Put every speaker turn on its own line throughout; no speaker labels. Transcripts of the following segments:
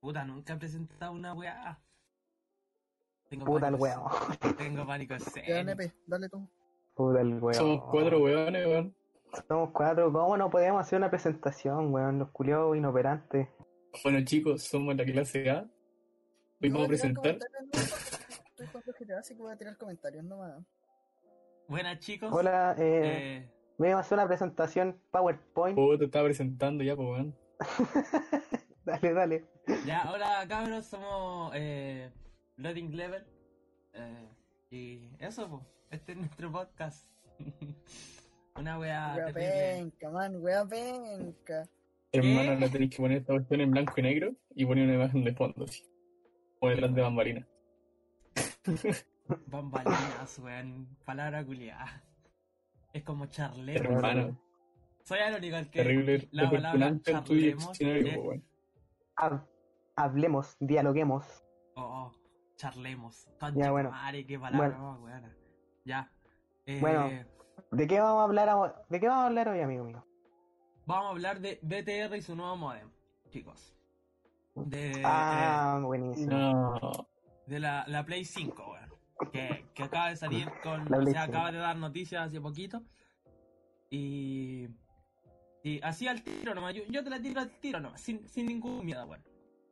Puta, nunca he presentado una weá. Tengo
Puta el
pánico
weón.
escé- Tengo pánico
Ya,
escénico.
Nepe, dale tú.
Puta el weón.
Somos cuatro weones, weón.
Somos cuatro. ¿Cómo no podíamos hacer una presentación, weón? Los culiados inoperantes.
Bueno, chicos, somos la clase A. Hoy
No voy tirar
vamos a presentar.
comentarios, no. Estoy jugando GTA, así que voy a tirar comentarios nomás.
Buenas chicos.
Hola, eh,
Eh,
me iba a hacer una presentación PowerPoint.
Oh, te estaba presentando ya, pues, weón.
Dale, dale.
ya, hola cabros, somos eh, Loading Level. Eh, y eso, po. este es nuestro podcast. una weá
Wea
Ah, terrible.
penca, man, wea penca.
Hermano, la tenéis que poner esta cuestión en blanco y negro y poner una imagen de fondo, así. O detrás de bambalina.
Bambalinas, weón. Palabra culiada. Es como charlemos.
Hermano,
Soy el único al que
terrible.
la palabra
reperculante en tu
charlemos.
diccionario,
le-
pues, weón.
Hab- hablemos, dialoguemos.
Oh, oh, charlemos. Concha
Ya, bueno.
tu madre, qué palabra
Bueno.
más buena. Ya. Eh,
Bueno. ¿De qué vamos a hablar ahora- ¿De qué vamos a hablar hoy, amigo mío?
Vamos a hablar de BTR y su nuevo modem, chicos.
Eh,
De,
ah, buenísimo.
No.
eh, de la, la Play 5, weón. Que, que acaba de salir con.
La
o
Play
sea,
5.
acaba de dar noticias hace poquito. Y. Y así al tiro nomás. Yo, yo te la tiro al tiro nomás. Sin, sin ningún miedo, weón.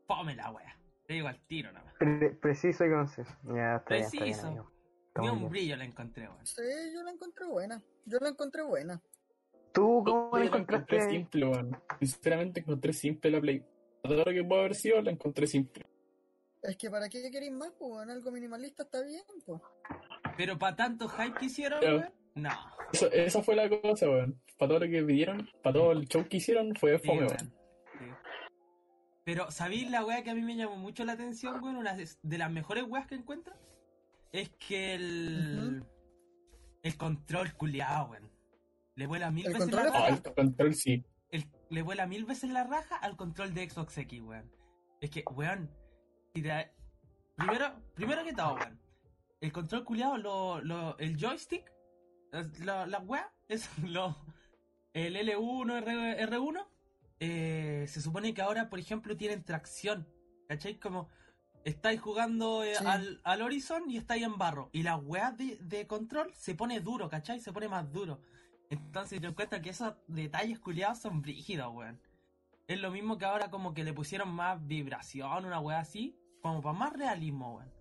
Fome la wea. Te digo al tiro nomás.
Pre- preciso y conciso. Ya, está bien, está bien,
Preciso.
amigo. Está
Ni
muy
un
bien.
brillo le encontré, weón.
Sí, yo la encontré buena. Yo la encontré buena.
¿Tú cómo
Yo
la
la encontré
encontraste?
simple, weón. Sinceramente encontré simple la play. Todo lo que puedo haber sido, la encontré simple.
Es que para qué queréis más, pues, weón, algo minimalista está bien, pues.
Pero para tanto hype que hicieron,
Ya.
weón. No.
Eso- esa fue la cosa, weón. Para todo lo que pidieron, para todo el show que hicieron, fue
Sí,
fome,
weón.
weón.
Sí. Pero, ¿sabéis la weá que a mí me llamó mucho la atención, weón? Una de de las mejores weas que encuentro es que el. El control culiado, weón. Le vuela mil
El
veces la
control
Ah,
raja.
el control sí.
el- le vuela mil veces la raja al control de Xbox X, weón. Es que, weón. si te- primero, primero que todo, weón. El control culiado, lo, lo, el joystick, es- la, la weá, es lo. El L1, R, R1, eh, se supone que ahora, por ejemplo, tienen tracción. ¿Cachai? Como estáis jugando eh,
Sí.
al, al Horizon y estáis en barro. Y la weá de, de control se pone duro, ¿cachai? Se pone más duro. Entonces yo encuentro que esos detalles culiados son brígidos, weón. Es lo mismo que ahora como que le pusieron más vibración, una weá así, como para más realismo, weón.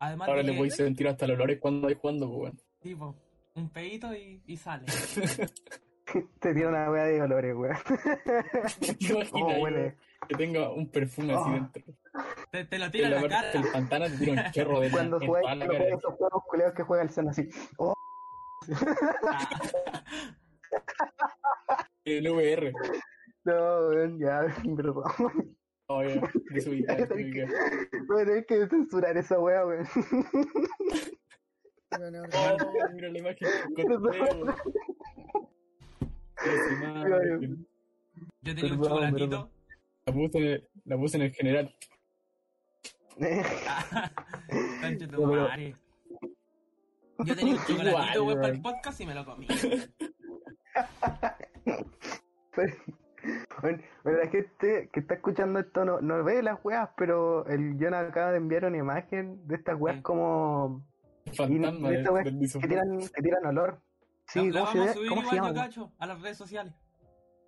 Además
Ahora
de
le
que-
voy a sentir hasta los olores cuando hay jugando, pues, weón.
tipo, un pedito y, y sale.
Te dio una wea de olores, weón.
¿Te imaginas,
¿Cómo Oh, huele?
weón, que tenga un perfume así
Oh.
dentro?
te, te lo tira
En
en
la
la
parte
cara.
del pantano te tira un chorro de
Cuando
en
juegas
toda la
cuando
cara.
juegas esos juegos culeos que juega el son así. Oh,
El VR.
no, weón, ya, perdón.
Oh, ya, desubicado, desubicado.
Voy a tener que censurar esa wea, weón.
Bueno,
Ah,
Oh, mira la imagen que encontré, weón. Esa imagen.
Yo tenía un
Perdón,
chocolatito.
perdón.
La puse, en el- la puse en el general.
Conche tu
No, pero-
madre. Yo tenía un chocolatito,
Igual,
weón, para el
weón.
podcast y me lo comí.
Bueno, bueno, la gente que está escuchando esto no, no ve las weas, pero el John acaba de enviar una imagen de estas weas
Sí.
como.
El
y
fantasma
de
de,
estas weas
del disfraz.
que tiran, que tiran olor. Sí,
la
¿cómo
vamos
se,
a
ve-
subir
¿cómo
igual,
se llama?
yo
weón?
cacho, a las redes sociales.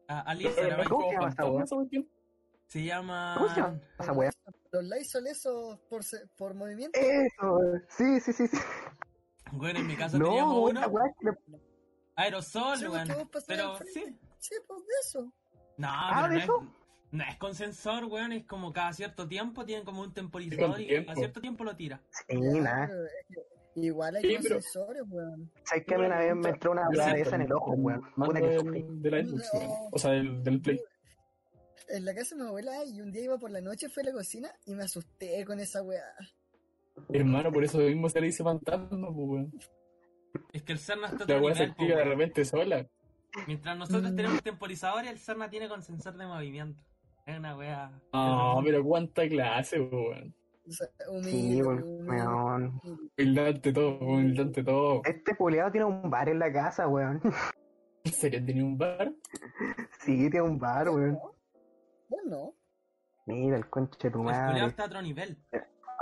A, al
Pero no
Instagram.
es
¿Cómo
como
se llama esta
fantasma
weá?
esa cuestión.
Se llama...
¿Cómo se llama esa ah, wea? Eh.
los Lysol esos por, se- por movimiento.
Eso, weón. sí, sí, sí. sí.
Bueno, en mi casa teníamos
No,
uno.
esa wea que le
Aerosol,
Sí,
weón.
que vos pasás
Pero
al frente.
sí.
Sí, pues de eso.
No,
Ah,
pero
¿de
no es,
eso?
no es con sensor, weón. Es como cada cierto tiempo tienen como un temporizador
¿Cuánto
y
tiempo?
cada cierto tiempo lo tira.
Sí, nada.
Pero es que Igual hay
Sí,
más
pero-
sensores, weón.
¿Sabes que a mí una vez me entró una weá de esa en el ojo, weón?
Mando
Puta que
del-
sufrí.
de la Xbox, weón. O sea, del, del Play.
En la casa de mi abuela y un día iba por la noche, fui a la cocina y me asusté con esa weá.
Hermano, por eso mismo se le dice fantasma, pues, weón.
Es que el Cerna está
La
todo
weá se
nivel, po,
activa de
weón.
repente sola.
Mientras
Mm.
nosotros tenemos temporizadores, el Cerna tiene con sensor de movimiento. Es una wea.
Ah, pero cuánta clase, weón.
O sea, humilde,
Sí, weón.
humilde,
weón.
humilde.
Humildad ante todo, humildad ante todo.
Este culeado tiene un bar en la casa, weón.
¿En serio tenía un bar?
Sí, tiene un bar, weón.
Vos no.
Mira, el conche de tu
El culiao
madre.
está a otro nivel.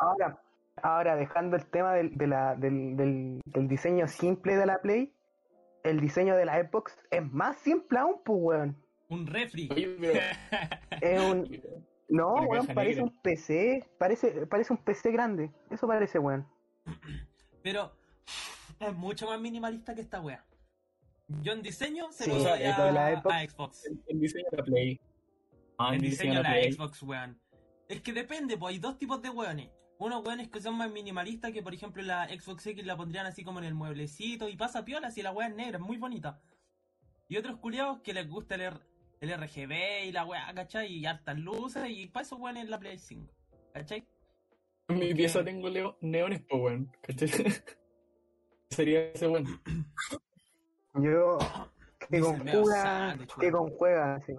Ahora, ahora dejando el tema del, de la- del, del- del diseño simple de la Play, el diseño de la Xbox es más simple aún, pues, weón.
Un refri.
Oye, pero.
Es un... No,
Una
weón,
caja
parece
negra.
un PC. Parece, parece un PC grande. Eso parece, weón.
Pero es mucho más minimalista que esta wea. Yo en diseño se
Sí,
lo doy
eh,
a,
lo de la
a
Xbox-
Xbox.
El diseño de la Play. Ah,
En
el diseño de la
la
Play.
Xbox, weón. Es que depende, pues hay dos tipos de weones. Unos weones que son más minimalistas, que por ejemplo la Xbox X la pondrían así como en el mueblecito y pasa piola si la wea es negra, es muy bonita. Y otros culiados que les gusta el, R- el RGB y la wea, ¿cachai? Y hartas luces y para eso weón es la Play 5, ¿cachai?
En mi pieza tengo leo- neones, pues, weón. ¿Cachai? Sería ese weón.
Yo... Que
Dice, medio
conjuga,
sándwich,
que
weón.
conjuega, sí.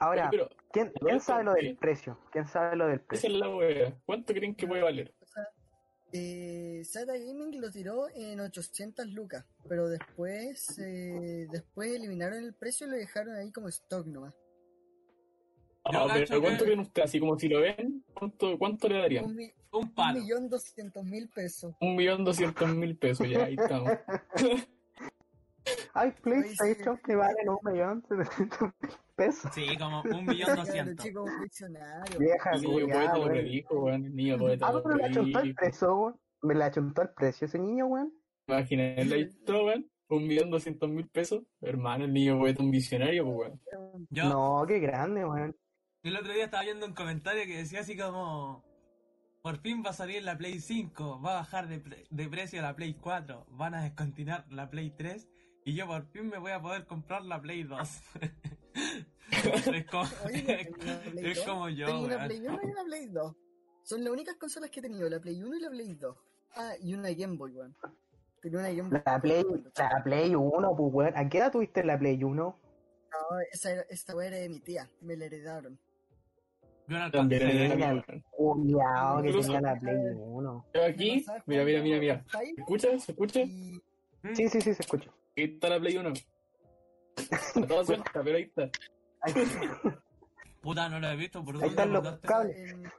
Ahora, pues.
Pero
¿quién, quién
Roberto,
sabe lo del
¿qué?
precio? ¿Quién sabe lo del
esa
precio?
es la wea. ¿Cuánto creen que puede valer?
O sea, eh, Zeta Gaming lo tiró en 800 lucas, pero después eh, después eliminaron el precio y lo dejaron ahí como stock nomás.
Yo
Ah,
cacho
pero ¿cuánto
que-
creen ustedes? Así como si lo ven, ¿cuánto, cuánto le darían?
Un, mi- un
Un palo.
millón doscientos mil pesos.
Un millón doscientos mil pesos, ya, ahí estamos.
Ay,
Oye,
please,
sí.
hay shows que valen un millón setecientos mil pesos.
Sí, como un
Ya,
millón
lo
doscientos.
chico, un diccionario.
Vieja,
El niño
culiá,
poeta lo
weón.
predijo, weón. El niño poeta
Ah,
lo
pero le achuntó el
predijo.
precio, weón. Me le achuntó el precio ese niño, weón.
Imagina, él ahí todo, weón. Un millón doscientos mil pesos. Hermano, el niño poeta un visionario, pues, weón.
Yo,
No, qué grande, weón.
El otro día estaba viendo un comentario que decía así como... Por fin va a salir la Play 5, va a bajar de, pre- de precio la Play 4, van a descontinuar la Play 3 y yo por fin me voy a poder comprar la Play 2. es, como,
Oye, ¿tenía una Play
es
2?
como yo,
Tenía una
weón.
Play 1 y una Play 2. Son las únicas consolas que he tenido, la Play 1 y la Play 2. Ah, y una Game Boy, weón. Tenía una Game Boy.
La Play,
cuando-
la Play 1, pues, weón. ¿A qué edad tuviste la Play 1?
No, esa, era- esta weá era de mi tía, me la heredaron.
Yo no alcancé.
También era
Mira.
weón.
Culiao, que
Incluso-
tenía la Play 1.
Yo aquí, mira, mira, mira, mira. ¿Se escucha? ¿Se escucha?
Y
Mm.
Sí, sí, sí, se escucha.
Ahí está la Play 1. A toda suelta, pero ahí está.
Ahí,
Puta, no lo he visto. ¿Por
Ahí
dónde
están
lo
los
mandaste?
cables.
en-
ahí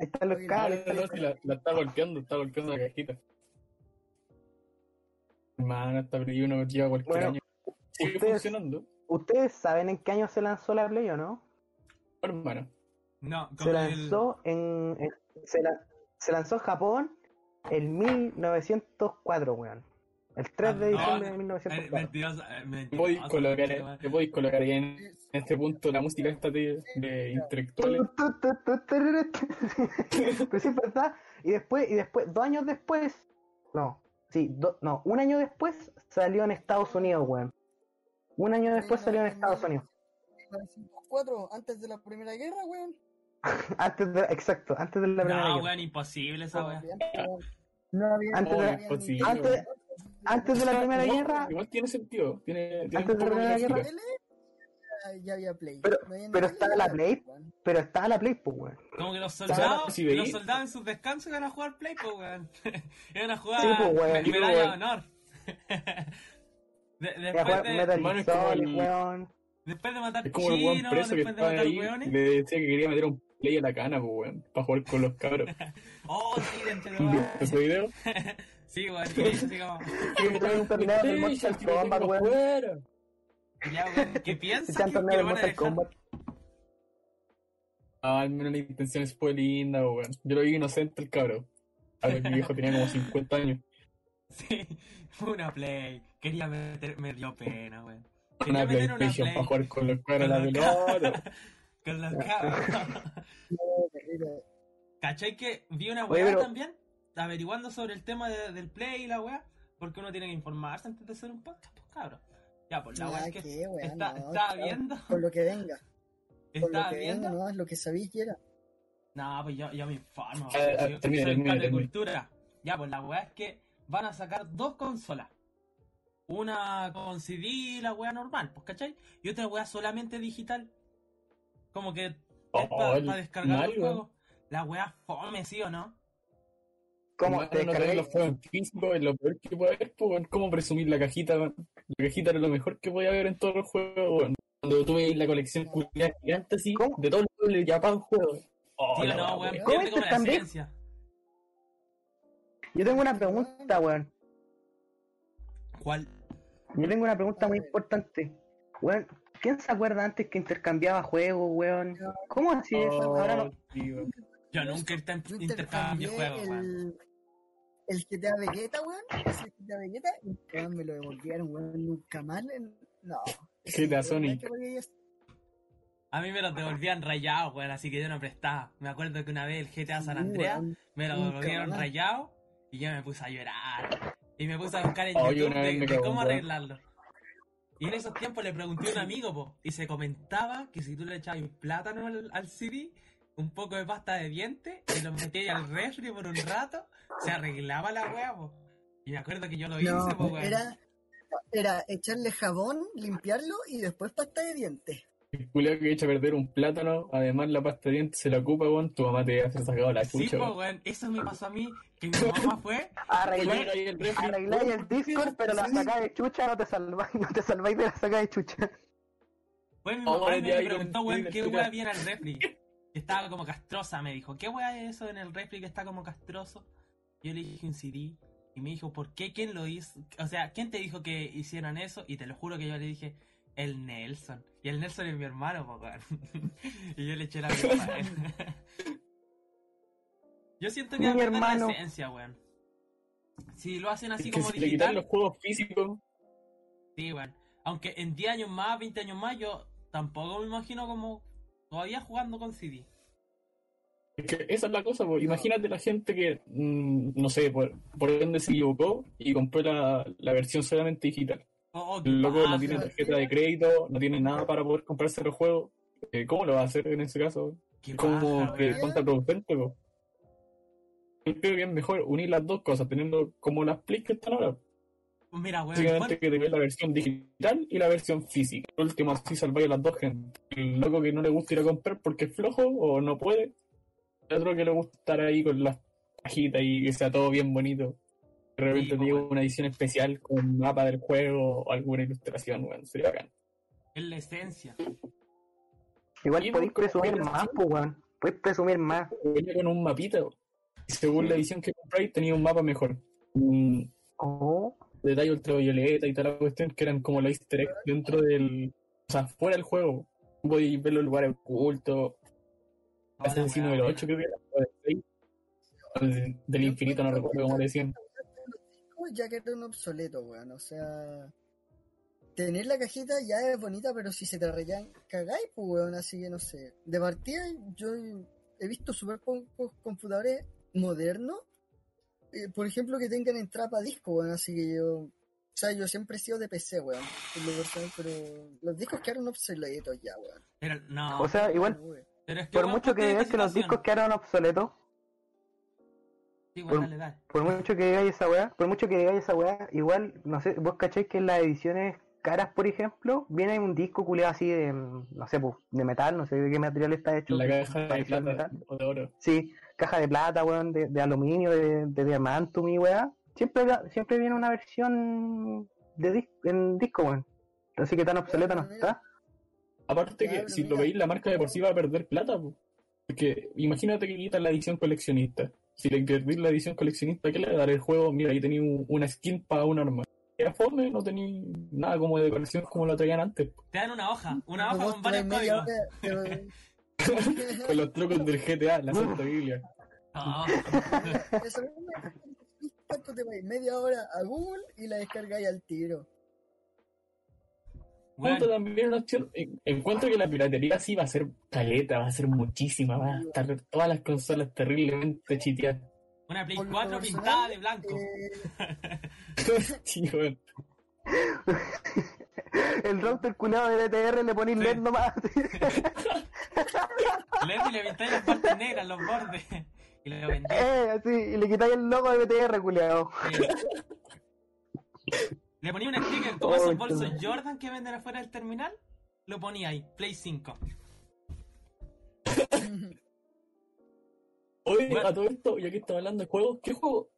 están los
Oye,
Ah,
cables.
no,
están
no,
los-
sí, la, la está golpeando, está golpeando la cajita. Hermano, esta Play 1 lleva cualquier
Bueno,
año. Sigue
ustedes-
funcionando,
¿Ustedes saben en qué año se lanzó la Play o no?
hermano.
No,
Se
como el-
lanzó en, en- se, la- se lanzó en Japón en 1904, weón. El 3 de
Ah, no,
diciembre de
eh, eh,
1904.
mentiroso, eh,
Te
mentiroso,
podéis colocar,
weón.
te podéis colocar ahí en, en este punto la música esta de, de intelectuales.
Tu, tu, tu, tururut. Pero sí, es ¿verdad? Y después, y después, dos años después, no, sí, do- no, un año después salió en Estados Unidos, weón. Un año después salió en Estados Unidos.
1904, antes de la Primera Guerra, weón.
Antes de, exacto, antes de la primera Ah,
No,
guerra.
weón, imposible esa Pues weón.
No había.
Antes
no
de-
había ni-
Imposible.
Antes- Antes de la primera
Igual-
guerra,
Igual tiene sentido. Tiene, tiene
Antes de la
un poco
Primera
lógica.
Guerra.
tele, ya- ya había Play.
Pero-
No había ni
pero
tele,
estaba
ya
la
había
Play.
weón.
pero estaba la Play, pues, weón.
Como que los
sea,
soldados,
si veí-
los soldados en sus descansos iban a jugar Play, pues, weón. iban a jugar
Sí, pues, weón.
me- Medalla de
Weón.
Honor. De-
Era
después,
jugar
de,
Metal
hermano,
Gear
es como
Solid,
el-
weón.
después de matar
Es como el buen
chinos,
preso que
después de
estaba
matar
ahí. Le
weones.
decía que quería meter un play a la cana, pues, weón. Para jugar con los cabros.
Oh, sí, dentro de weón.
¿Viste ese video?
Sí, weón. y eso así como,
Quiero meter un
torneo del
PlayStation,
Mortal
si lo tengo
Kombat, weón.
afuera.
ya, weón, ¿qué
Se
piensas?
echan
que- que
torneo
lo
de
van a
Mortal
dejar?
Kombat.
Ah, al menos la intención fue linda, pues, weón. Yo lo vi inocente el cabro. A ver, mi viejo tenía como 50 años.
Sí, fue una Play. Quería meter, me dio pena, weón. Quería
Una
meter una
PlayStation
Play
para jugar con los cabros a la
Con los
pelota.
con los cabros.
Terrible.
¿Cachai que vi una
Oye,
weá
pero-
también? Averiguando sobre el tema de- del play y la weá. Porque uno tiene que informarse antes de hacer un podcast, pues cabrón. Ya, pues la
Ah,
weá es que
qué weón,
está,
no,
está
chao.
viendo,
Con lo que venga. Con lo
está
que venga,
viendo.
no, es lo que sabéis que era.
No, pues yo, yo me informo.
Ah, ah,
yo-
termina,
soy
termina,
fan de
termina.
cultura. Ya, pues la weá es que van a sacar dos consolas. Una con CD y la weá normal, pues cachai. Y otra weá solamente digital. Como que es
Oh,
para
el
descargar los
Mario.
juegos. La weá fome, ¿sí o no?
¿Cómo?
Hermano,
¿Te
no tener los
descargáis?
juegos en físico es lo peor que puede haber, po, weón. ¿Cómo presumir la cajita, weón? La cajita era lo mejor que podía haber en todos los juegos, weón. Cuando tuve la colección culiada gigante así,
¿Cómo?
de todos los doble, Japan juego. Oh,
Tío,
la
no,
wea,
weón,
wea.
¿Cómo
pierde como
este
la
también?
esencia.
Yo tengo una pregunta, weón.
¿Cuál?
Yo tengo una pregunta muy importante. Weón, ¿quién se acuerda antes que intercambiaba juegos, weón? ¿Cómo así es? Ahora no.
Oh, tío.
Yo nunca inter-
Yo intercambié
intercambio juegos, weón.
el, el GTA Vegeta, weón. Ese GTA Vegeta, y weón, me lo devolvieron, weón, nunca más. le- No.
GTA Sonic.
¿Qué podía hacer?
A mí me los devolvían rayados, weón, así que yo no prestaba. Me acuerdo que una vez el GTA San
Sí,
Andreas
weón.
me lo
nunca
devolvieron
más.
rayado y yo me puse a llorar. Y me puse a buscar en
Oh, yo
YouTube
una vez
de, de
me cago,
cómo
weón.
arreglarlo. Y en esos tiempos le pregunté a un amigo, po, y se comentaba que si tú le echabas un plátano al, al CD, un poco de pasta de dientes, y lo metías al refri por un rato, se arreglaba la wea, po. Y me acuerdo que yo lo hice, po,
No,
weón.
era, era echarle jabón, limpiarlo y después pasta de dientes.
El culeo que echa a perder un plátano, además la pasta de dientes se la ocupa, weón. Tu mamá te hace sacado la
Sí,
chucha,
po,
weón.
weón. Eso me pasó a mí, que mi mamá fue
Arreglar,
Llega ahí el refri,
arreglar el Discord, pero la
Sí.
sacada de chucha no te salváis, no te salváis de la sacada de chucha.
Fue mi
Ahora
mamá y
ya
me
hay
preguntó,
un-
weón,
una
qué
esquina.
weá había en el refri. Que estaba como castrosa, me dijo. ¿Qué weá es eso en el refri que está como castroso? Yo le dije un CD y me dijo, ¿por qué? ¿Quién lo hizo? O sea, ¿quién te dijo que hicieran eso? Y te lo juro que yo le dije, el Nelson. Y el Nelson es mi hermano, po, weón. Y yo le eché la culpa a él. Yo siento que
Mi
han perdido la
hermano.
esencia, weón. Si lo hacen así
Es que
como
si le quitan
digital,
los juegos físicos,
Sí, bueno. Aunque en 10 años más, 20 años más, yo tampoco me imagino como todavía jugando con CD.
Es que esa es la cosa, po. imagínate la gente que, mm, no sé, por, por dónde se equivocó y compró la, la versión solamente digital.
Oh, oh, qué
El loco no
paja.
tiene tarjeta de crédito, no tiene nada para poder comprarse los juegos. Eh, ¿Cómo lo va a hacer en ese caso?
Qué
Como
paja,
que
weón.
es contraproducente, po. Yo creo que es mejor unir las dos cosas, teniendo como las plays que están ahora.
Pues Mira, weón,
Básicamente
¿cuán-
que tenés la versión digital y la versión física. Por último, así salváis a las dos gente. El loco que no le gusta ir a comprar porque es flojo o no puede. El otro que le gusta estar ahí con las cajitas y que sea todo bien bonito. De repente
Sí,
te llega
bueno.
una edición especial con mapa del juego o alguna ilustración, weón. Sería bacán.
es la esencia.
Igual
Sí,
podéis
porque
presumir
podéis
más, pues, weón. Podéis presumir más.
Venía con un mapita. weón. Y según la edición que compráis, tenía un mapa mejor. Un
Oh,
detalle ultravioleta y tal la cuestión que eran como los easter eggs dentro del. O sea, fuera del juego. Voy a ver los lugares ocultos.
Toda la
Asesino
weá,
del
weón.
8, creo que era. o del seis, o del- Del infinito, no recuerdo cómo le decían.
Uy, Ya que era un obsoleto, weón. O sea, tener la cajita ya es bonita, pero si se te arreglan, cagáis, pues, weón. Así que no sé. De partida, yo he visto súper pocos computadores modernos, eh, por ejemplo, que tengan entrada para disco, weón. Así que yo. O sea, yo siempre he sido de PC, weón. en lo personal, pero los discos quedaron obsoletos ya, weón.
Pero no,
o sea, igual,
Weón.
pero es que
por
weón,
mucho
ponte en
que digáis
esta
que los
situación.
discos quedaron obsoletos,
Sí, weón,
por-
dale, dale.
por mucho que digáis esa weá, por mucho que digáis esa weá, igual, no sé, vos cacháis que en las ediciones caras, por ejemplo, viene un disco culeado así de, mm, no sé, pues, de metal, no sé de qué material está hecho.
En la caja de
parecido al
plata
metal.
o de oro.
Sí, caja de plata, weón, de, de aluminio, de, de diamantum y weá. Siempre, siempre viene una versión de dis- en disco, weón. Así que tan obsoleta no está.
Aparte
Ya,
que
pero
si lo
mira.
veis, la marca de por sí va a perder plata. po. Porque imagínate que quitan la edición coleccionista. Si le perdís la edición coleccionista, ¿qué le daré el juego? Mira, ahí tenía un- una skin para un arma. Era fome, no tenía nada como de decoración como lo traían antes. po.
Te dan una hoja, una
Nos
hoja con varios
vamos por media
códigos.
hora, pero-
Con los trucos del GTA, la Santa Biblia.
No,
Eso mismo, tanto te vais media hora a Google y la descargáis al tiro.
weón,
Punto también una opción. En- Encuentro que la piratería sí va a ser caleta, va a ser muchísima, va a estar todas las consolas terriblemente chiteadas.
una Play
Por lo
4
personal,
pintada de blanco.
Eh,
Sí, weón.
El router culeado de DTR le ponéis
Sí.
LED nomás.
Lefty le pintáis las partes negras, los bordes. Y lo vendí.
eh, así, y le quitáis el logo de BTR, culeado.
Sí. Eh, Le ponía un sticker como
Oh,
esos
qué
bolsos
mal.
Jordan que venden afuera del terminal. Lo ponía ahí, Play 5.
Oye,
Bueno.
a todo esto, ya que estaba hablando de juegos, ¿qué juego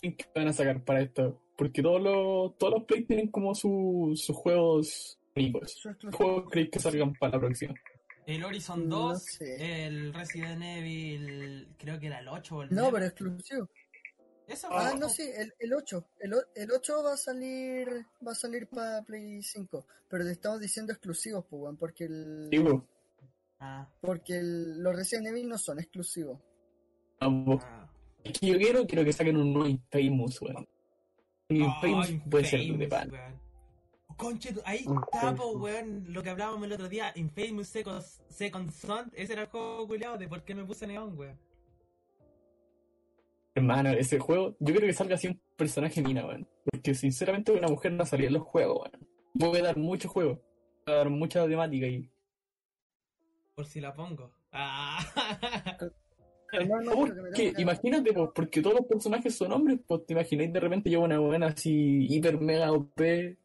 creen que van a sacar para esto? Porque todos los, todos los Play tienen como su- sus juegos únicos.
su
¿Qué
exclusivo.
juegos creéis que salgan para la próxima?
El Horizon
No
2,
sé.
el Resident Evil, creo que era el 8 o el
No,
9.
pero exclusivo.
Eso
Ah,
fue-
no, sí, el, el 8. El, o- el 8 va a salir va a salir para Play 5. Pero te estamos diciendo exclusivos, pues, weón, porque el,
Digo,
Ah,
porque el- los Resident Evil no son exclusivos.
ambos.
ah.
Es que yo quiero, quiero que saquen un nuevo Infamous, weón. Un Infamous
Ah, Ay,
puede ser de
Infamous,
pan. Oh,
weón. Conche, tu- ahí
Infamous.
está, po, weón, lo que hablábamos el otro día, Infamous Second, Second Son, ese era el juego culiado de por qué me puse neón, weón.
Hermano, ese juego, yo quiero que salga así un personaje mina, weón. Porque sinceramente una mujer no salía en los juegos, weón. Puede dar mucho juego, puede dar mucha temática y.
Por si la pongo. Ah.
Pero no, no, creo que me
Porque,
tengo que-
imagínate, pues, porque todos los personajes son hombres, pues te imagináis de repente lleva una buena así hiper mega OP,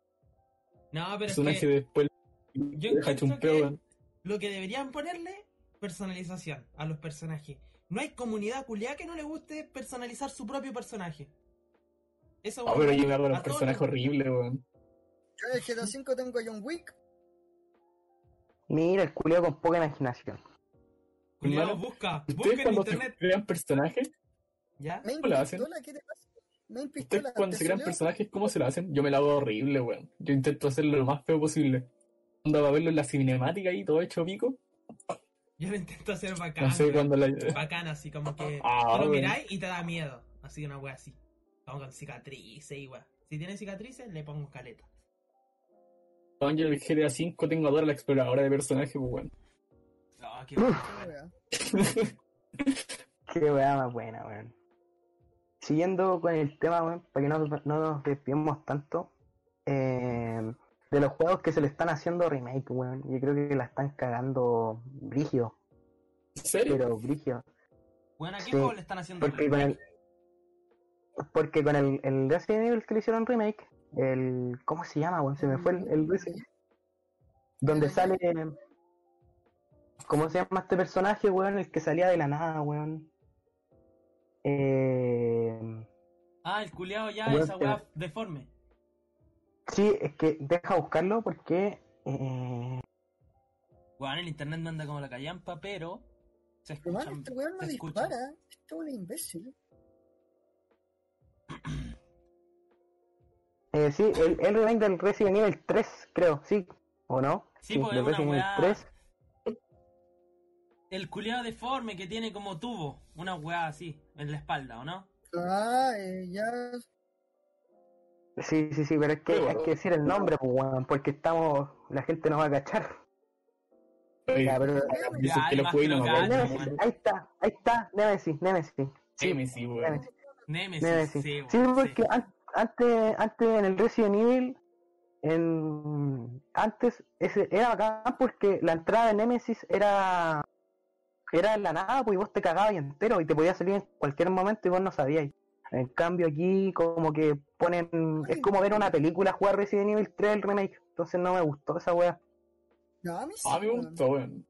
no, pero es
personaje
que
después
yo
deja hecho un
encuentro
peo,
que-
weón.
lo que deberían ponerle, personalización a los personajes. No hay comunidad culiada que no le guste personalizar su propio personaje. Eso,
Ah,
weón,
pero llegaron a los
a todos
personajes
los-
horribles, weón.
Yo en el GTA 5 tengo a John Wick.
Mira, el culiao con poca imaginación.
Culiao,
Hermano,
busca,
Ustedes
busca en
cuando se
internet.
crean personajes,
¿Ya?
Main
¿Cómo la hacen?
pistola, ¿qué te pasa? Main
ustedes
pistola.
cuando
¿te
se crean
salió?
personajes, ¿cómo se lo hacen? Yo me la hago horrible, weón. Yo intento hacerlo lo más feo posible. Cuando va a verlo en la cinemática ahí, todo hecho pico.
Yo lo intento hacer bacán.
No sé
weón.
cuándo la.
Bacán, así como que
Ah,
tú lo
weón.
miráis y te da miedo. Así una wea así. Como con cicatrices y wea. Si tiene cicatrices, le pongo caleta.
Cuando yo en el GTA V tengo a Dora la exploradora de personaje, pues weón.
Ah, qué
Uf.
bueno.
Ah, weá.
Qué weá más buena, weón. Siguiendo con el tema, weón, para que no, no nos desviemos tanto, eh, de los juegos que se le están haciendo remake, weón. Yo creo que la están cagando brígido,
¿En serio?
pero brígido.
Bueno, ¿a qué
Sí,
juego le están haciendo?
Porque con el. Porque con el, el Resident Evil que le hicieron remake, el. ¿Cómo se llama, weón? Se me fue el. el Resident- donde sale. ¿Cómo se llama este personaje, weón? El que salía de la nada, weón. Eh.
Ah, el culeado ya,
Weón,
este-
esa wea deforme.
Sí, es que deja buscarlo porque eh,
Bueno, el internet no anda como la callampa, pero. Se
Pero,
escucha.
man, este weón no
se escucha.
dispara. Este weón es imbécil.
eh, sí, el, el remake del Resident Evil 3, creo, sí, ¿o no?
Sí, pues,
del
es una
Resident Evil
weá.
3.
El culeado deforme que tiene como tubo. Una wea así, en la espalda, ¿o no?
Ah, eh, ya
Sí, sí, sí, pero es que
Pero,
hay que decir el nombre, pues, weón, porque estamos, la gente no va a cachar.
Oye,
Ya, pero-
Dicen
Ya,
que los
más
juegos y no me
que lo
acuerdo.
cagan,
Nemesis,
weón.
ahí está, ahí está, Nemesis, Nemesis,
Sí, me sí, weón.
Nemesis,
Nemesis,
Nemesis.
sí,
Sí,
weón,
porque an- antes, antes en el Resident Evil, en, antes ese, era bacán porque la entrada de Nemesis era era en la nada, pues y vos te cagabas y entero y te podía salir en cualquier momento y vos no sabías. En cambio aquí como que ponen, es como ver una película jugar Resident Evil 3 el remake, entonces no me gustó esa wea.
No, a mí sí.
A mí Ah, me
weón.
gustó, weón.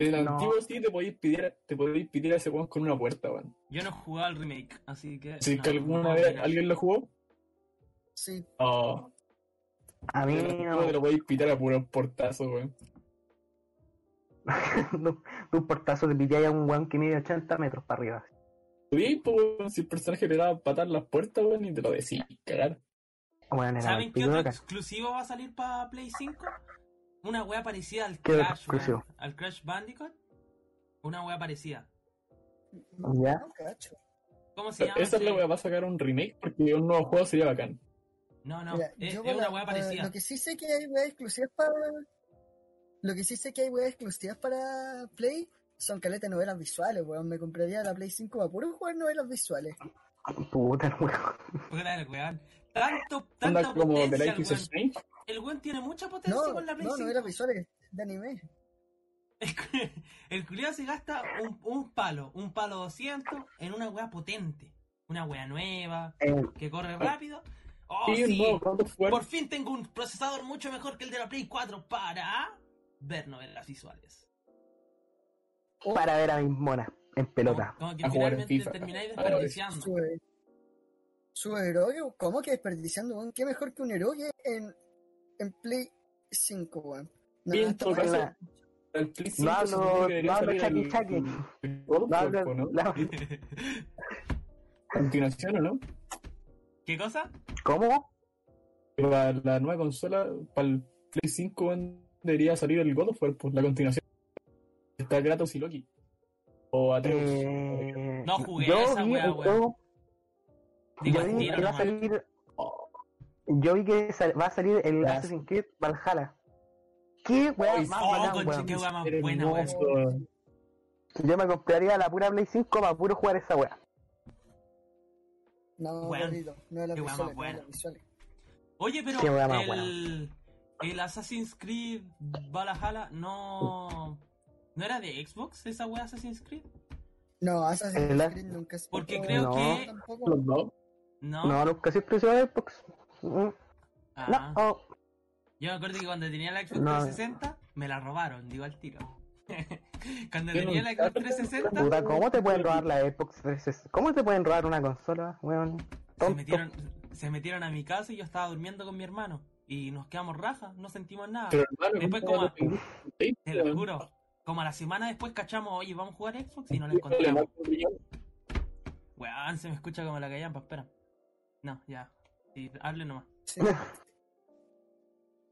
En el
No.
antiguo sí te podéis pedir, te podéis pedir a ese weón con una puerta, weón.
Yo no he jugado al remake, así que.
Si es
no,
que
no
alguna
puedo
vez
opinar.
alguien lo jugó,
Sí.
oh,
A mí
en el
no,
antiguo te lo podéis pitar a puro portazo, weón.
de un portazo te pillé a un weón que mide 80 metros para arriba.
Podíais, pues, weón, si el personaje le daba patar las puertas, weón, y te lo decís, cagar.
Bueno, era
¿Saben qué
pico
otro
de cacho.
exclusivo va a salir para Play 5? Una wea parecida al
¿Qué otro
Crash, weón,
exclusivo?
al Crash Bandicoot. Una wea parecida.
Ya.
No, cacho.
¿Cómo se llama?
Esa es la
ese?
weá, va a sacar un remake porque un nuevo juego sería bacán.
No, no,
Mira,
es,
yo
es
con
una
la-
wea
con-
parecida.
Lo que sí sé que hay weas exclusivas para. Lo que sí sé que hay weas exclusivas para Play son caletas de novelas visuales, weón. Me compraría la Play 5 para puro jugar novelas visuales.
Puta el weón.
Puta el weón. Tanto,
Anda
tanta
como The
potencia
Life
el
is
weón.
Strange.
El weón tiene mucha potencia
No,
con la Play
no,
5.
novelas visuales de anime.
El cu- El culiao se gasta un, un palo, un palo 200 en una wea potente. Una wea nueva,
Eh,
que corre rápido. Oh,
y un
sí.
nuevo God of War.
Por fin tengo un procesador mucho mejor que el de la Play 4 para ver novelas visuales.
para ver a mis monas en pelota.
Como, como que
A jugar en
finalmente
FIFA.
termináis
A ver,
desperdiciando.
Su, su erogue, ¿cómo que desperdiciando, weón? ¿Qué mejor que un erogue en, en Play 5, weón? No,
Bien,
esta
todo
wea-
caso.
Una-
Al Play 5
hablo-
se supone que debería
no hablo
salir
chaki
el-
chaki.
el God of
La-
War,
la-
¿no?
la-
Continuación, ¿o no?
¿Qué cosa?
¿Cómo?
La, la nueva consola para el Play 5 weón, debería salir el God of War, pues la continuación. Está Kratos y Loki. O Atreus.
Eh,
No jugué
yo
a esa
vi
wea,
un
weón.
juego-
Digo,
yo vi
tiro
que va a
nomás.
salir. Yo vi que sal- va a salir el
Gracias.
Assassin's Creed Valhalla. ¿Qué weá
Ay,
más
oh,
bacán,
conche,
weón?
qué weá más
Hermoso.
buena, weón.
Yo me compraría la pura Play 5 para puro jugar esa weá.
No,
Weón,
perrito, no de las
qué weá más
visuales, no de
buena.
las visuales.
Oye, pero
Qué weá más
el, el Assassin's Creed Valhalla no. ¿No era de Xbox esa wea Assassin's Creed?
No, Assassin's
¿Verdad?
Creed nunca es
Porque
tampoco-
creo
No.
que-
tampoco.
Los dos.
No.
No, nunca se expresó de Xbox. Mm,
Ah.
No, oh,
Yo me acuerdo que cuando tenía la Xbox
No.
360 me la robaron, digo al tiro. cuando
Yo
tenía la
nunca-
Xbox 360
puta, ¿cómo te pueden robar la Xbox 360? ¿Cómo te pueden robar una consola, weón?
se
Tonto.
metieron, se metieron a mi casa y yo estaba durmiendo con mi hermano. Y nos quedamos rajas, no sentimos nada.
Pero hermano,
Ah. Después
¿cómo
como-
te-
Te lo juro. Como a la semana después cachamos, oye, vamos a jugar Xbox y no la
Le
encontramos.
marco brillante.
Weón, se me escucha como la callampa, espera. No, ya. Sí, hable nomás.
Sí.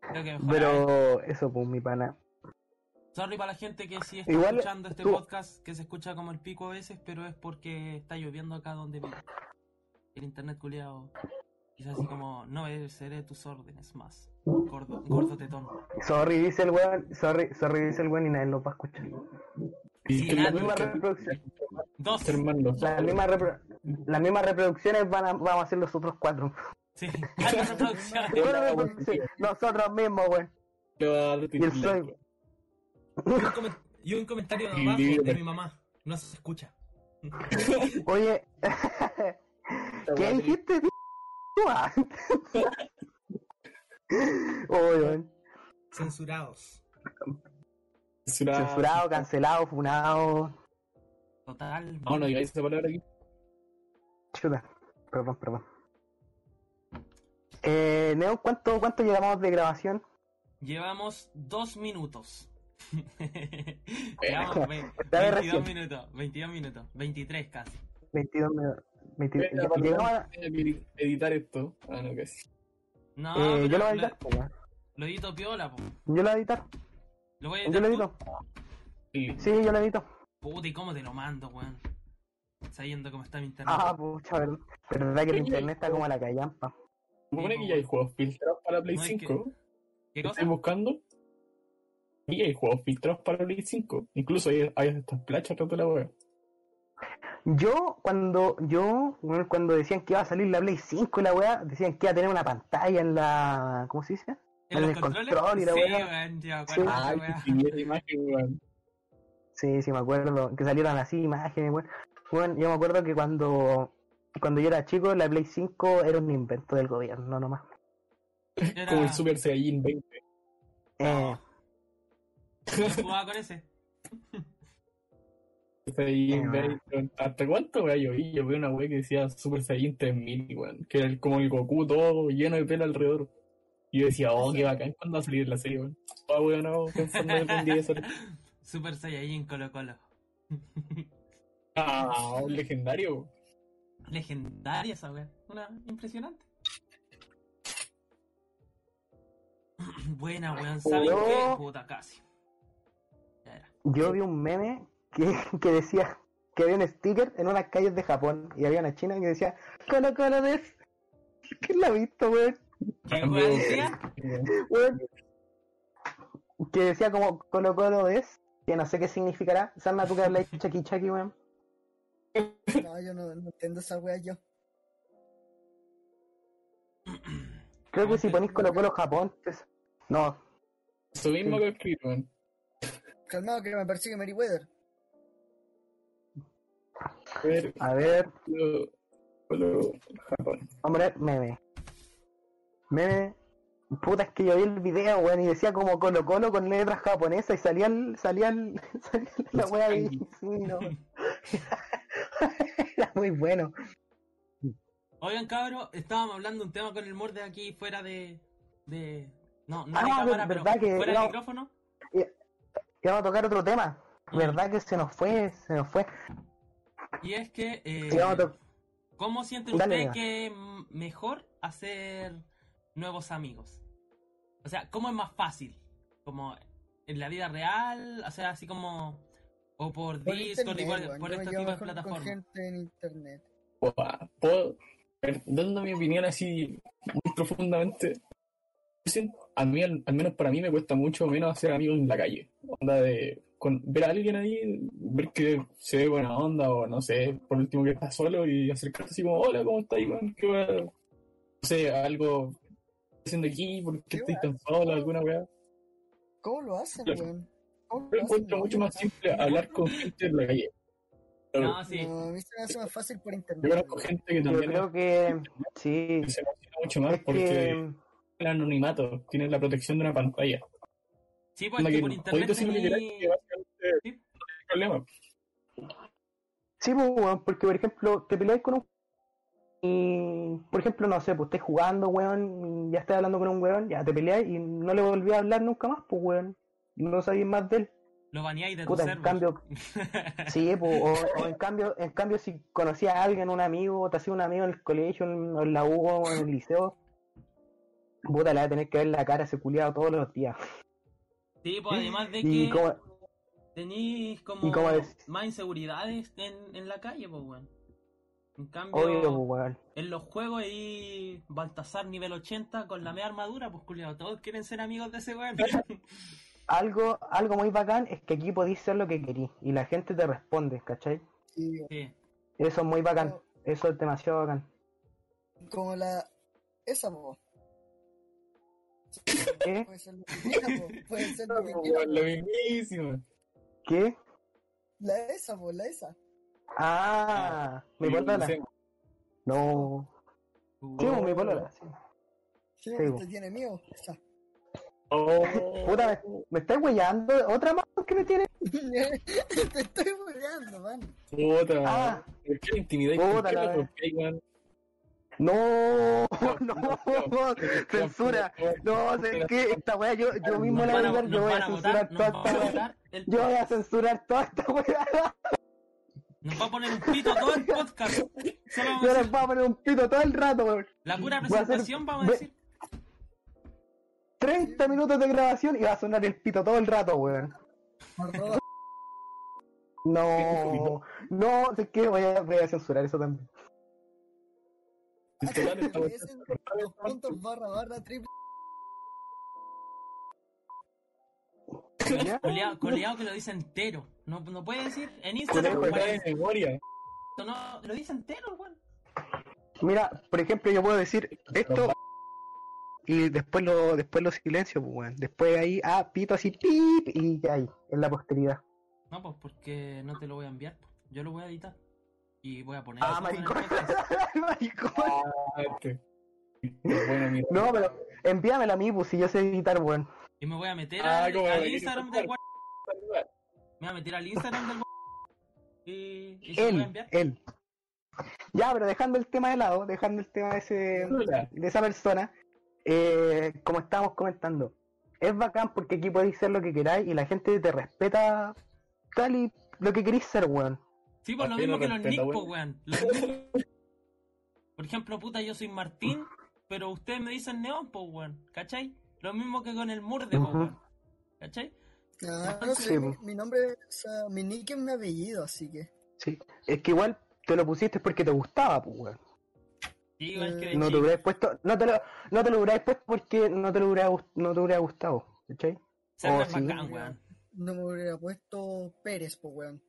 Creo que mejor.
Pero eso, pues, mi pana.
Sorry para la gente que sí está
Igual,
escuchando este
tú-
podcast, que se escucha como el pico a veces, pero es porque está lloviendo acá donde vivo. El internet culiado. Quizás así como, no seré tus órdenes más. Gordo, gordo tetón.
Sorry, dice el weón. Sorry, sorry, dice el weón y nadie lo va a escuchar.
Y
Sí,
que
la
la
misma
marca-
reproducción.
Dos.
hermano, los
Las
dos.
mismas, repro- las mismas reproducciones van a, vamos a hacer los otros cuatro.
Sí. Alta reproducción.
Yo
Bueno,
la hago
reproducciones, Nosotros mismos, weón.
Le va a dar
Y el
titular,
sol.
weón.
Y un comen- Y un comentario
Y
abajo de
divide.
mi mamá. No se escucha.
Oye, ¿qué dijiste? p- tú, ah? Oye, weón.
Censurados.
Censurado.
Censurado, cancelado, funado.
Total.
No, no digáis esa palabra aquí.
Chuta. Perdón, perdón. Eh, Neo, ¿cuánto, ¿cuánto llevamos de grabación?
Llevamos dos minutos. Llevamos ve-
Dale
22
recién.
minutos, 22 minutos, 23 casi.
22 minutos. 22,
Venga, perdón.
llegamos a- eh,
Tengo que Editar esto. Ah, no, casi.
No,
eh,
Ah,
pero
yo lo voy a
lo,
editar, po, weón.
lo edito piola, po.
Yo lo voy a editar.
Lo voy a
Yo
editar.
lo
tú.
edito.
Y-
Sí, yo lo edito.
Puta, ¿y cómo te lo mando, weón? Sabiendo cómo está mi internet.
Ah, pucha, verdad, verdad que el internet está como la callampa.
Se supone que ya hay juegos filtrados para Play
No, es que-
5.
¿Qué cosa?
Estoy buscando. Y hay juegos filtrados para Play 5. Incluso hay, hay estas plachas de la web.
Yo, cuando yo bueno, cuando decían que iba a salir la Play 5 y la weá, decían que iba a tener una pantalla en la. ¿Cómo se dice?
¿En
en
los
el
controles?
control y la
sí,
weá.
weón, ya,
Sí.
weón,
Ah,
esa weá.
sí, esa imagen, weón.
Sí, sí, me acuerdo. Que salieron así imágenes, weón. Bueno, yo me acuerdo que cuando. Cuando yo era chico, la Play 5 era un invento del gobierno nomás.
Era-
Como el Super Saiyajin 20.
Eh,
yo jugaba con ese.
Super Saiyajin
Ah.
20. weón. ¿Hasta cuánto, weón? Yo vi, yo vi una web que decía Super Saiyajin 3000, weón. Que era el- como el Goku todo lleno de pelo alrededor. Y yo decía, oh, qué bacán, ¿cuándo va a salir la serie, weón? Ah, weón, no, pensando en algún día de salir.
Super Saiyajin Colo Colo.
Ah, un legendario, weón.
Legendaria esa weá. Una impresionante. Buena weón, ¿saben
Yo-
qué? Puta casi. Ya era.
yo vi un meme que, que decía que había un sticker en unas calles de Japón y había una china que decía: Colo, colo, ves. ¿Quién la ha visto, weón?
¿Qué
Cambio-
weá decía?
Weón. Que decía como Colo Colo es, que no sé qué significará. Salma, tú que hablas chaki chaki, weón.
No, yo no, no entiendo esa wea yo.
Creo que si ponís Colo Colo Japón, pues, no.
Eso mismo que escribí, weón.
Calmado que me persigue Mary Weather.
A ver,
A ver,
lo- lo- Japón.
vamos a ver, meme. Meme. Puta, es que yo vi el video, weón, y decía como Colo Colo con letras japonesas y salía, el- salía, el- salía la wea ahí. Sí, no. Era muy bueno.
Oigan, cabro, estábamos hablando un tema con el morde aquí fuera de. de no, no de
Ah,
cámara,
de-
pero
verdad que
fuera
era-
de micrófono.
que vamos a tocar otro tema. ¿Verdad que se nos fue? Se nos fue.
Y es que, eh,
Sí, vamos a to-
¿cómo siente
Dale,
usted
amiga.
que mm, mejor hacer nuevos amigos? O sea, ¿cómo es más fácil? ¿Como en la vida real? O sea, así como... O por,
Por
Discord,
internet,
igual,
weón.
por
Yo me
este tipo
llevo
de
mejor con
plataformas.
gente en internet.
Guau, puedo- per- dando mi opinión así muy profundamente, yo siento- a mí, al, al menos para mí me cuesta mucho menos hacer amigos en la calle. Onda de con, ver a alguien ahí, ver que se ve buena onda o no sé, por último que está solo y acercarse así como, hola, ¿cómo estás, Iván? ¿Qué va?". No sé, algo ¿qué estás haciendo aquí, ¿por
¿Qué
qué estoy
va?
tan sola? Alguna weá.
¿Cómo lo hacen,
Claro.
weón? ¿Cómo lo
Yo
hacen?
encuentro
No,
mucho más simple hablar con gente en la calle. Pero
No, sí.
No, a mí se me hace más fácil por
yo
internet.
conozco
weón.
gente que
Yo
también
creo que sí.
se emociona mucho más
Es
porque.
que
el anonimato, tienes la protección de una pantalla.
Sí, pues
Onda
que
que
por
podéis
internet
decir lo que queráis,
tení-
que básicamente
Sí.
no tenéis problema.
Sí, pues, weón, porque por ejemplo, te peleáis con un. Y, por ejemplo, no sé, pues estés jugando, weón, y ya estás hablando con un weón, ya te peleáis y no le volví a hablar nunca más, pues, weón. No sabéis más de él.
lo baneáis de tu
Puta, en
server.
cambio- Sí, pues, o, o en cambio, en cambio, si conocías a alguien, un amigo, o te hacía un amigo en el colegio, en, en la U o en el liceo, puta, le vas a tener que ver la cara a ese culiado todos los días.
sí, pues además de
Y
que
como,
tenéis como,
y como es-
más inseguridades en, en la calle, pues, weón. En cambio,
obvio, pues, weón.
en los juegos ahí Baltasar nivel 80 con la media armadura, pues, culiado, todos quieren ser amigos de ese weón.
Algo, algo muy bacán es que aquí podís ser lo que querís y la gente te responde, ¿cachai?
Sí, weón.
sí,
Eso es muy bacán,
Oh.
eso es demasiado bacán.
Como la... Esa, po.
¿Qué?
Puede ser lo que quiera, po. Puede ser lo que quiera, po.
Lo mismísimo.
¿Qué?
La esa, po, la esa.
Ah, mi
Lo
polola.
mismo.
No.
Uh,
Sí, pues, mi polola. sí.
Sí,
Sí, po.
usted tiene mío. Esa.
Oh.
Puta, me, me estáis weyando. ¿Otra más que me tiene?
Te estoy burlando, man.
Puta.
Ah.
¿Por qué la intimidad?
Puta,
¿Por qué
la
la
vez.
golpeáis, weón?
No,
Ah,
no,
no,
no.
censura. No, sé qué, esta weá yo, yo mismo
nos van a,
la voy a ver,
nos
yo voy
van
a
a votar,
censurar
nos
toda
van a
esta weá.
votar el
Yo voy a
podcast.
censurar toda esta weá.
Nos va a poner un pito todo el podcast. Solo vamos a
Yo
decir-
les voy a poner un pito todo el rato, weón.
la pura
voy a hacer-
presentación vamos a
ve-
decir.
30 minutos de grabación y va a sonar el pito todo el rato, weón.
Arroba.
No, no, sé qué, voy a, voy a censurar eso también.
Censurar esta weá.
Es en los puntos barra barra triple.
¿Ya?
Culeado, culeado que lo dice entero. No, no puede decir en Instagram.
Culeado,
Culejo, está
cuarenta-
de memoria.
No, lo dice entero, weón.
Mira, por ejemplo, yo puedo decir esto y después lo, después lo silencio, pues, weón. Después ahí, ah, pito así, pip, y ya ahí, en la posteridad.
No, pues porque no te lo voy a enviar. po. Yo lo voy a editar. Y voy a poner.
Ah,
eso en el
maricón.
podcast.
Maricón.
Este. Bueno, mira.
No, pero envíamela a mí, pues si yo sé editar, weón.
Y me voy a meter
Ah,
al,
como
al
la
Instagram
que-
del guar- Me voy a meter al Instagram del guar- Y, y se lo voy a
Él,
enviar.
él. Ya, pero dejando el tema de lado, dejando el tema de, ese,
Hola.
de esa persona, eh, como estábamos comentando, es bacán porque aquí podéis ser lo que queráis y la gente te respeta tal y lo que queréis ser, weón.
Sí, por lo
¿Para qué
mismo
no
que los
respeta,
nick, po,
weón?
weón. Los nick. Por ejemplo, puta, yo soy Martín, pero ustedes me dicen Neón, po, weón. ¿Cachai? Lo mismo que con el Murde, po,
Ujú.
weón. ¿Cachai?
No, no
Sí,
sé, mi,
po.
mi nombre, o sea, mi nick es mi apellido, así que.
Sí. Es que igual te lo pusiste porque te gustaba, pues, weón.
Sí, igual que de
Eh, No te
chico.
hubierais puesto, no te lo, no te lo hubierais puesto porque no te lo hubiera, gust- no te hubiera gustado, ¿cachai?
Ser
Oh,
más
sí.
bacán, weón.
No me hubiera puesto Pérez, po, weón.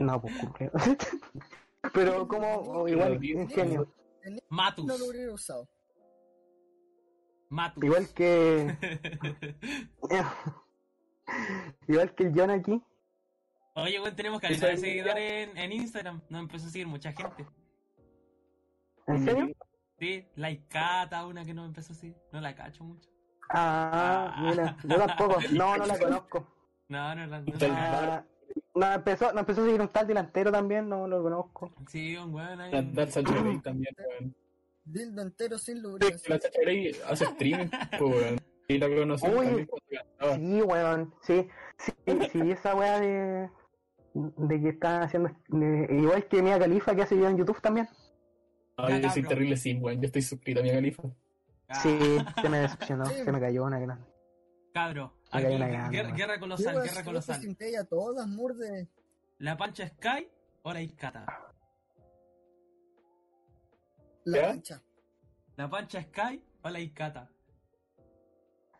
No, pues cumpleaños. Pero como o igual ingenio.
El nick
Matus.
no lo hubiera usado.
Matus.
Igual que. igual que el John aquí.
Oye, weón, tenemos calidad de seguidores en, en Instagram. Nos empezó a seguir mucha gente.
¿En serio?
Sí, la Icata, una que nos empezó a seguir. No la cacho mucho.
Ah, mira. Yo tampoco. No, no la conozco.
No, no la. No,
Ah, no, empezó, no empezó a seguir un tal delantero también, no lo conozco.
Sí, un weón ahí.
Dar Sacha Grey también, weón.
Dildo entero sin lubricación.
La Sacha Grey hace streaming, pues, weón. Y la conocí
Uy.
también cuando cantaba.
Sí, weón, sí. Sí, sí, esa weá de, de que están haciendo. de- igual que Mia Califa que hace video en YouTube también.
Ah,
Ya,
yo soy
cabrón.
terrible sin, weón. Yo estoy suscrito a mi califa.
Ah,
Sí, se me decepcionó, se me cayó una grande.
Cabro.
Ahí
aquí,
hay una gana,
guerra,
weón.
guerra
Yo,
colosal,
weón,
guerra
si
colosal.
sin play a todas, murde.
La pancha Sky, ahora hay Kata.
La
¿Ya?
cancha.
La pancha Sky, ahora hay Kata.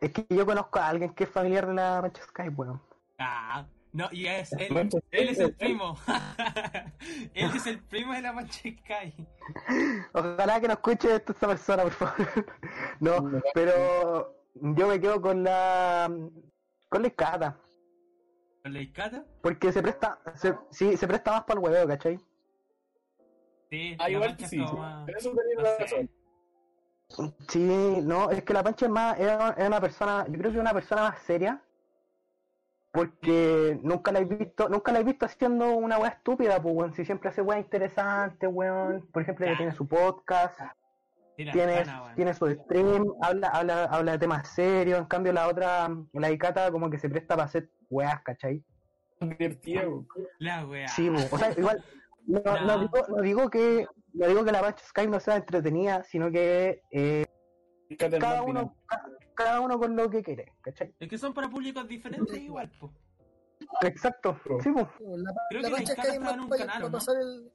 Es que yo conozco a alguien que es familiar de la Pancha Sky, weón.
Ah, no, y es él.
Pancha
Él es el
Sky.
primo. él es el primo de la pancha Sky.
Ojalá que no escuche esto esta persona, por favor. No, pero yo me quedo con la. con la escada.
¿Con la Kata?
Porque se presta. Se, sí, se presta más para el hueveo, ¿cachai?
Sí,
Ah,
la
igual
pancha
que
es
sí.
como
sí.
más-
En eso tenés
no sé.
razón.
Sí, no, es que la Pancha es más, era, era una persona, yo creo que una persona más seria, porque nunca la he visto, nunca la he visto haciendo una weá estúpida, pues weón, si siempre hace weá interesante, weón, por ejemplo ella tiene su podcast,
Sí, la
tiene,
Tana, weón.
tiene su stream, habla, habla, habla de temas serios, en cambio la otra, la Icata como que se presta para hacer weas, ¿cachai?
Divertida, weón.
La wea.
Sí, pues, o sea, igual, no, no
Nah.
digo, no digo que, no digo que la Pancha Skype no sea entretenida, sino que eh,
Cada
cada
uno.
uno, ca- cada uno con lo que quiere, ¿cachai?
Es que son para públicos diferentes igual, po.
Exacto, sí, pues.
La,
Creo que
la
la Icata
cancha Sky es
estaba
más
en un
para,
canal,
para
¿no?
pasar el.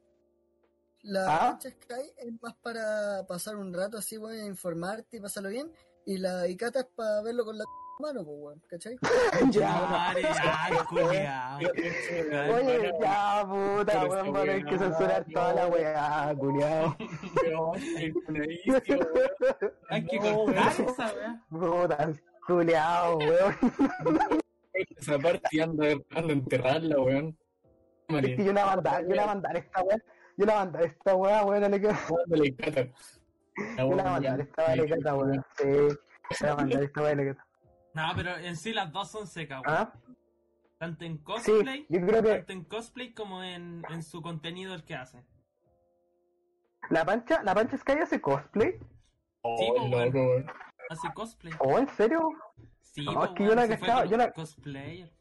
La
Ah.
cancha Sky es más para pasar un rato así, weón, e informarte y pasarlo bien. Y la Icata es para verlo con la mano, pues, weón, ¿cachai?
Ya.
Madre, ay,
Ah.
culiao.
Oye, ya, puta,
Pero
weón,
esta
van a tener
weá,
que censurar toda la
no.
weá, culiao.
Hay que
No,
cortar
weón.
esa wea.
Puta, culiao, weón.
Esa parte anda, anda a enterrarla, weón.
Es que
María,
yo la mandar, yo la mandar esta weá. Yo la mandar esta weá, weón, no le quedo.
dándole cata. La
Yo
weón,
la mandar esta weá, le cata, weón. Sí, yo la mandar esta weá, le cata.
No, pero en sí las dos son secas, weón.
¿Ah?
Tanto en
Sí,
cosplay,
yo creo que
tanto en cosplay como en, en su contenido el que hace.
la pancha, la pancha Sky hace cosplay.
Oh,
Sí, po,
loco, weón.
Hace cosplay.
¿Oh, en serio?
Sí,
No,
po,
es que
weón,
yo la
si
que
fue
estaba-
co-
yo la-
cosplayer.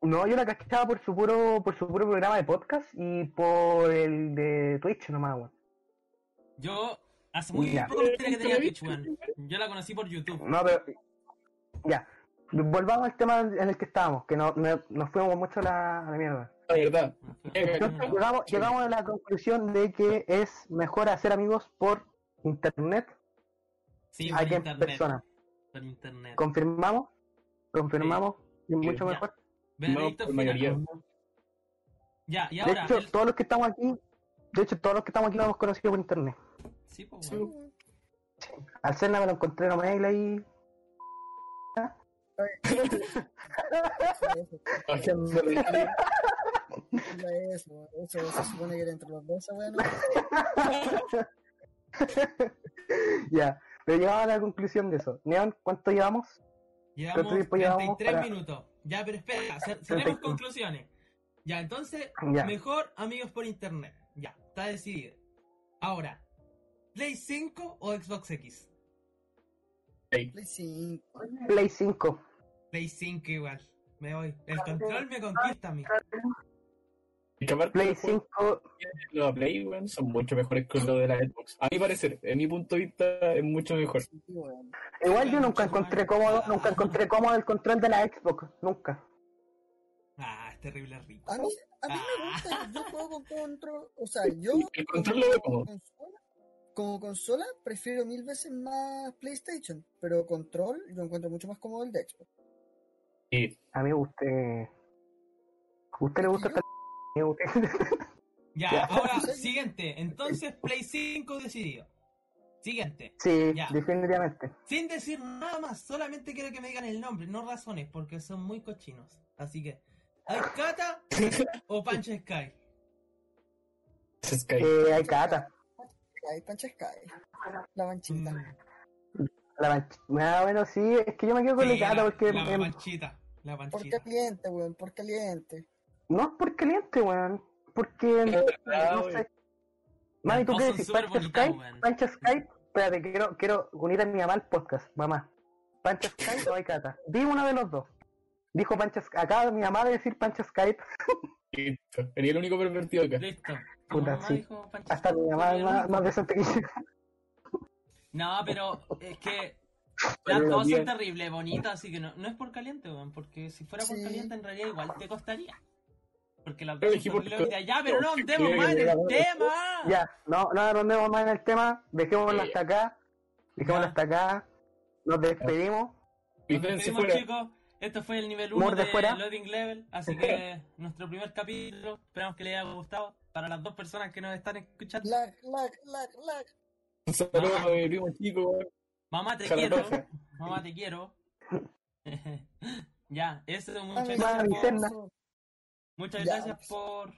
No, yo la cachaba por su puro, por su puro programa de podcast y por el de Twitch nomás, weón.
Yo hace muy
Ya.
poco me enteré que tenía Twitch, weón. Yo la conocí por YouTube.
No, pero. Ya. Volvamos al tema en el que estábamos, que no, no- nos fuimos mucho a la, a la mierda.
La verdad. Eh,
Entonces, llegamos, llegamos a la conclusión de que es mejor hacer amigos por internet
Sí,
a
por
que en
internet.
persona.
Por internet.
¿Confirmamos? ¿Confirmamos? Y
Sí,
ya.
mucho mejor.
No,
Veredicto
por
final.
mayoría.
Ya, y
De
ahora.
hecho,
el-
todos los que estamos aquí, de hecho, todos los que estamos aquí lo hemos conocido por internet.
Sí, po,
Sí,
weón.
weón.
Al Cerna me lo encontré en Omegle y.
Bajándole.
Era eso, weón. eso se supone que era entre los dos, esa weá, ¿no?
ya. Pero llegamos a la conclusión de eso. Neon, ¿cuánto llevamos?
Llevamos
¿Cuánto tiempo llevamos
33
para-
minutos. Ya, pero espera, cer- cerremos
33.
conclusiones. Ya, entonces,
Ya.
mejor amigos por internet. Ya, está decidido. Ahora, ¿Play 5 o Xbox X?
Ey,
Play 5.
Play 5.
Play 5 igual. Me voy. El control me conquista a mí.
y que aparte
Play
los
pues.
juegos
5
de la Play, weón, son mucho mejores que los de la Xbox. A mi parecer, en mi punto de vista, es mucho mejor.
Sí, weón.
Igual yo nunca encontré cómodo, nunca encontré cómodo el control de la Xbox, nunca.
Ah, es terrible rico.
A mí, a mí me
Ah.
gusta, yo juego con control, o sea, yo
El
como,
control lo veo como.
consola, como consola prefiero mil veces más PlayStation, pero control yo encuentro mucho más cómodo el de Xbox.
Sí.
A mí usted, usted le gusta esta mierda, usted.
Ya,
Ya.
ahora, siguiente. Entonces, Play 5 decidido. Siguiente.
Sí,
Ya.
definitivamente.
Sin decir nada más, solamente quiero que me digan el nombre, no razones, porque son muy cochinos. Así que, ¿Aikata o Pancha Sky?
Ese Sky.
Eh, hay cata.
Sky, pancha Sky, la manchita.
Mm,
La manch- Ah, bueno, sí, es que yo me quedo con
sí,
la cata
la-
porque
La,
em,
panchita, la
Por
panchita.
caliente, weón, por caliente.
no es por caliente, weón. Porque
Es verdad,
no
weón.
sé. Mami, ¿tú
Los
qué
dos son
decís?
súper
Pancha
bonitas,
Skype,
weón.
Pancha Skype, espérate, quiero, quiero unir a mi mamá al podcast, mamá. Pancha Skype o hay cata. Dime uno de los dos. Dijo Pancha Skype. Acaba mi mamá de decir Pancha Skype.
Listo. Sería el único pervertido acá.
Listo. Tu
Puta,
mamá
sí.
dijo Pancho
Hasta mi mamá es
Scorpio,
más, más decente que yo.
No, pero es que las
Pero
dos
bien.
son terribles, bonitas, así que no, no es por caliente, weón, porque si fuera por
Sí.
caliente en realidad igual te costaría. Porque las
Pero
dos son
dijimos
terribles
que-
bonitas. Ya, pero no, andemos
que-
más en
que-
el tema.
Ya, no, no arrondemos más en el tema. Dejémoslo
Sí.
hasta acá. Dejémoslo
Ya.
hasta acá. Nos despedimos.
Nos
Licencia
despedimos,
fuera.
chicos. Esto fue el nivel 1
Morde
de
fuera.
Loading Level, así que nuestro primer capítulo, esperamos que les haya gustado para las dos personas que nos están escuchando.
Lag, lag, lag, lag.
Un saludo de primo chico.
Mamá te
Ojalá
quiero,
no.
mamá te quiero. ya, eso es
Ah,
muchas
Madre
mi
gracias. por-
eterna.
Muchas
Ya,
gracias
pues.
por,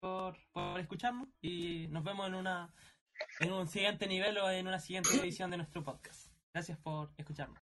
por, por escucharnos y nos vemos en una en un siguiente nivel o en una siguiente edición de nuestro podcast. Gracias por escucharnos.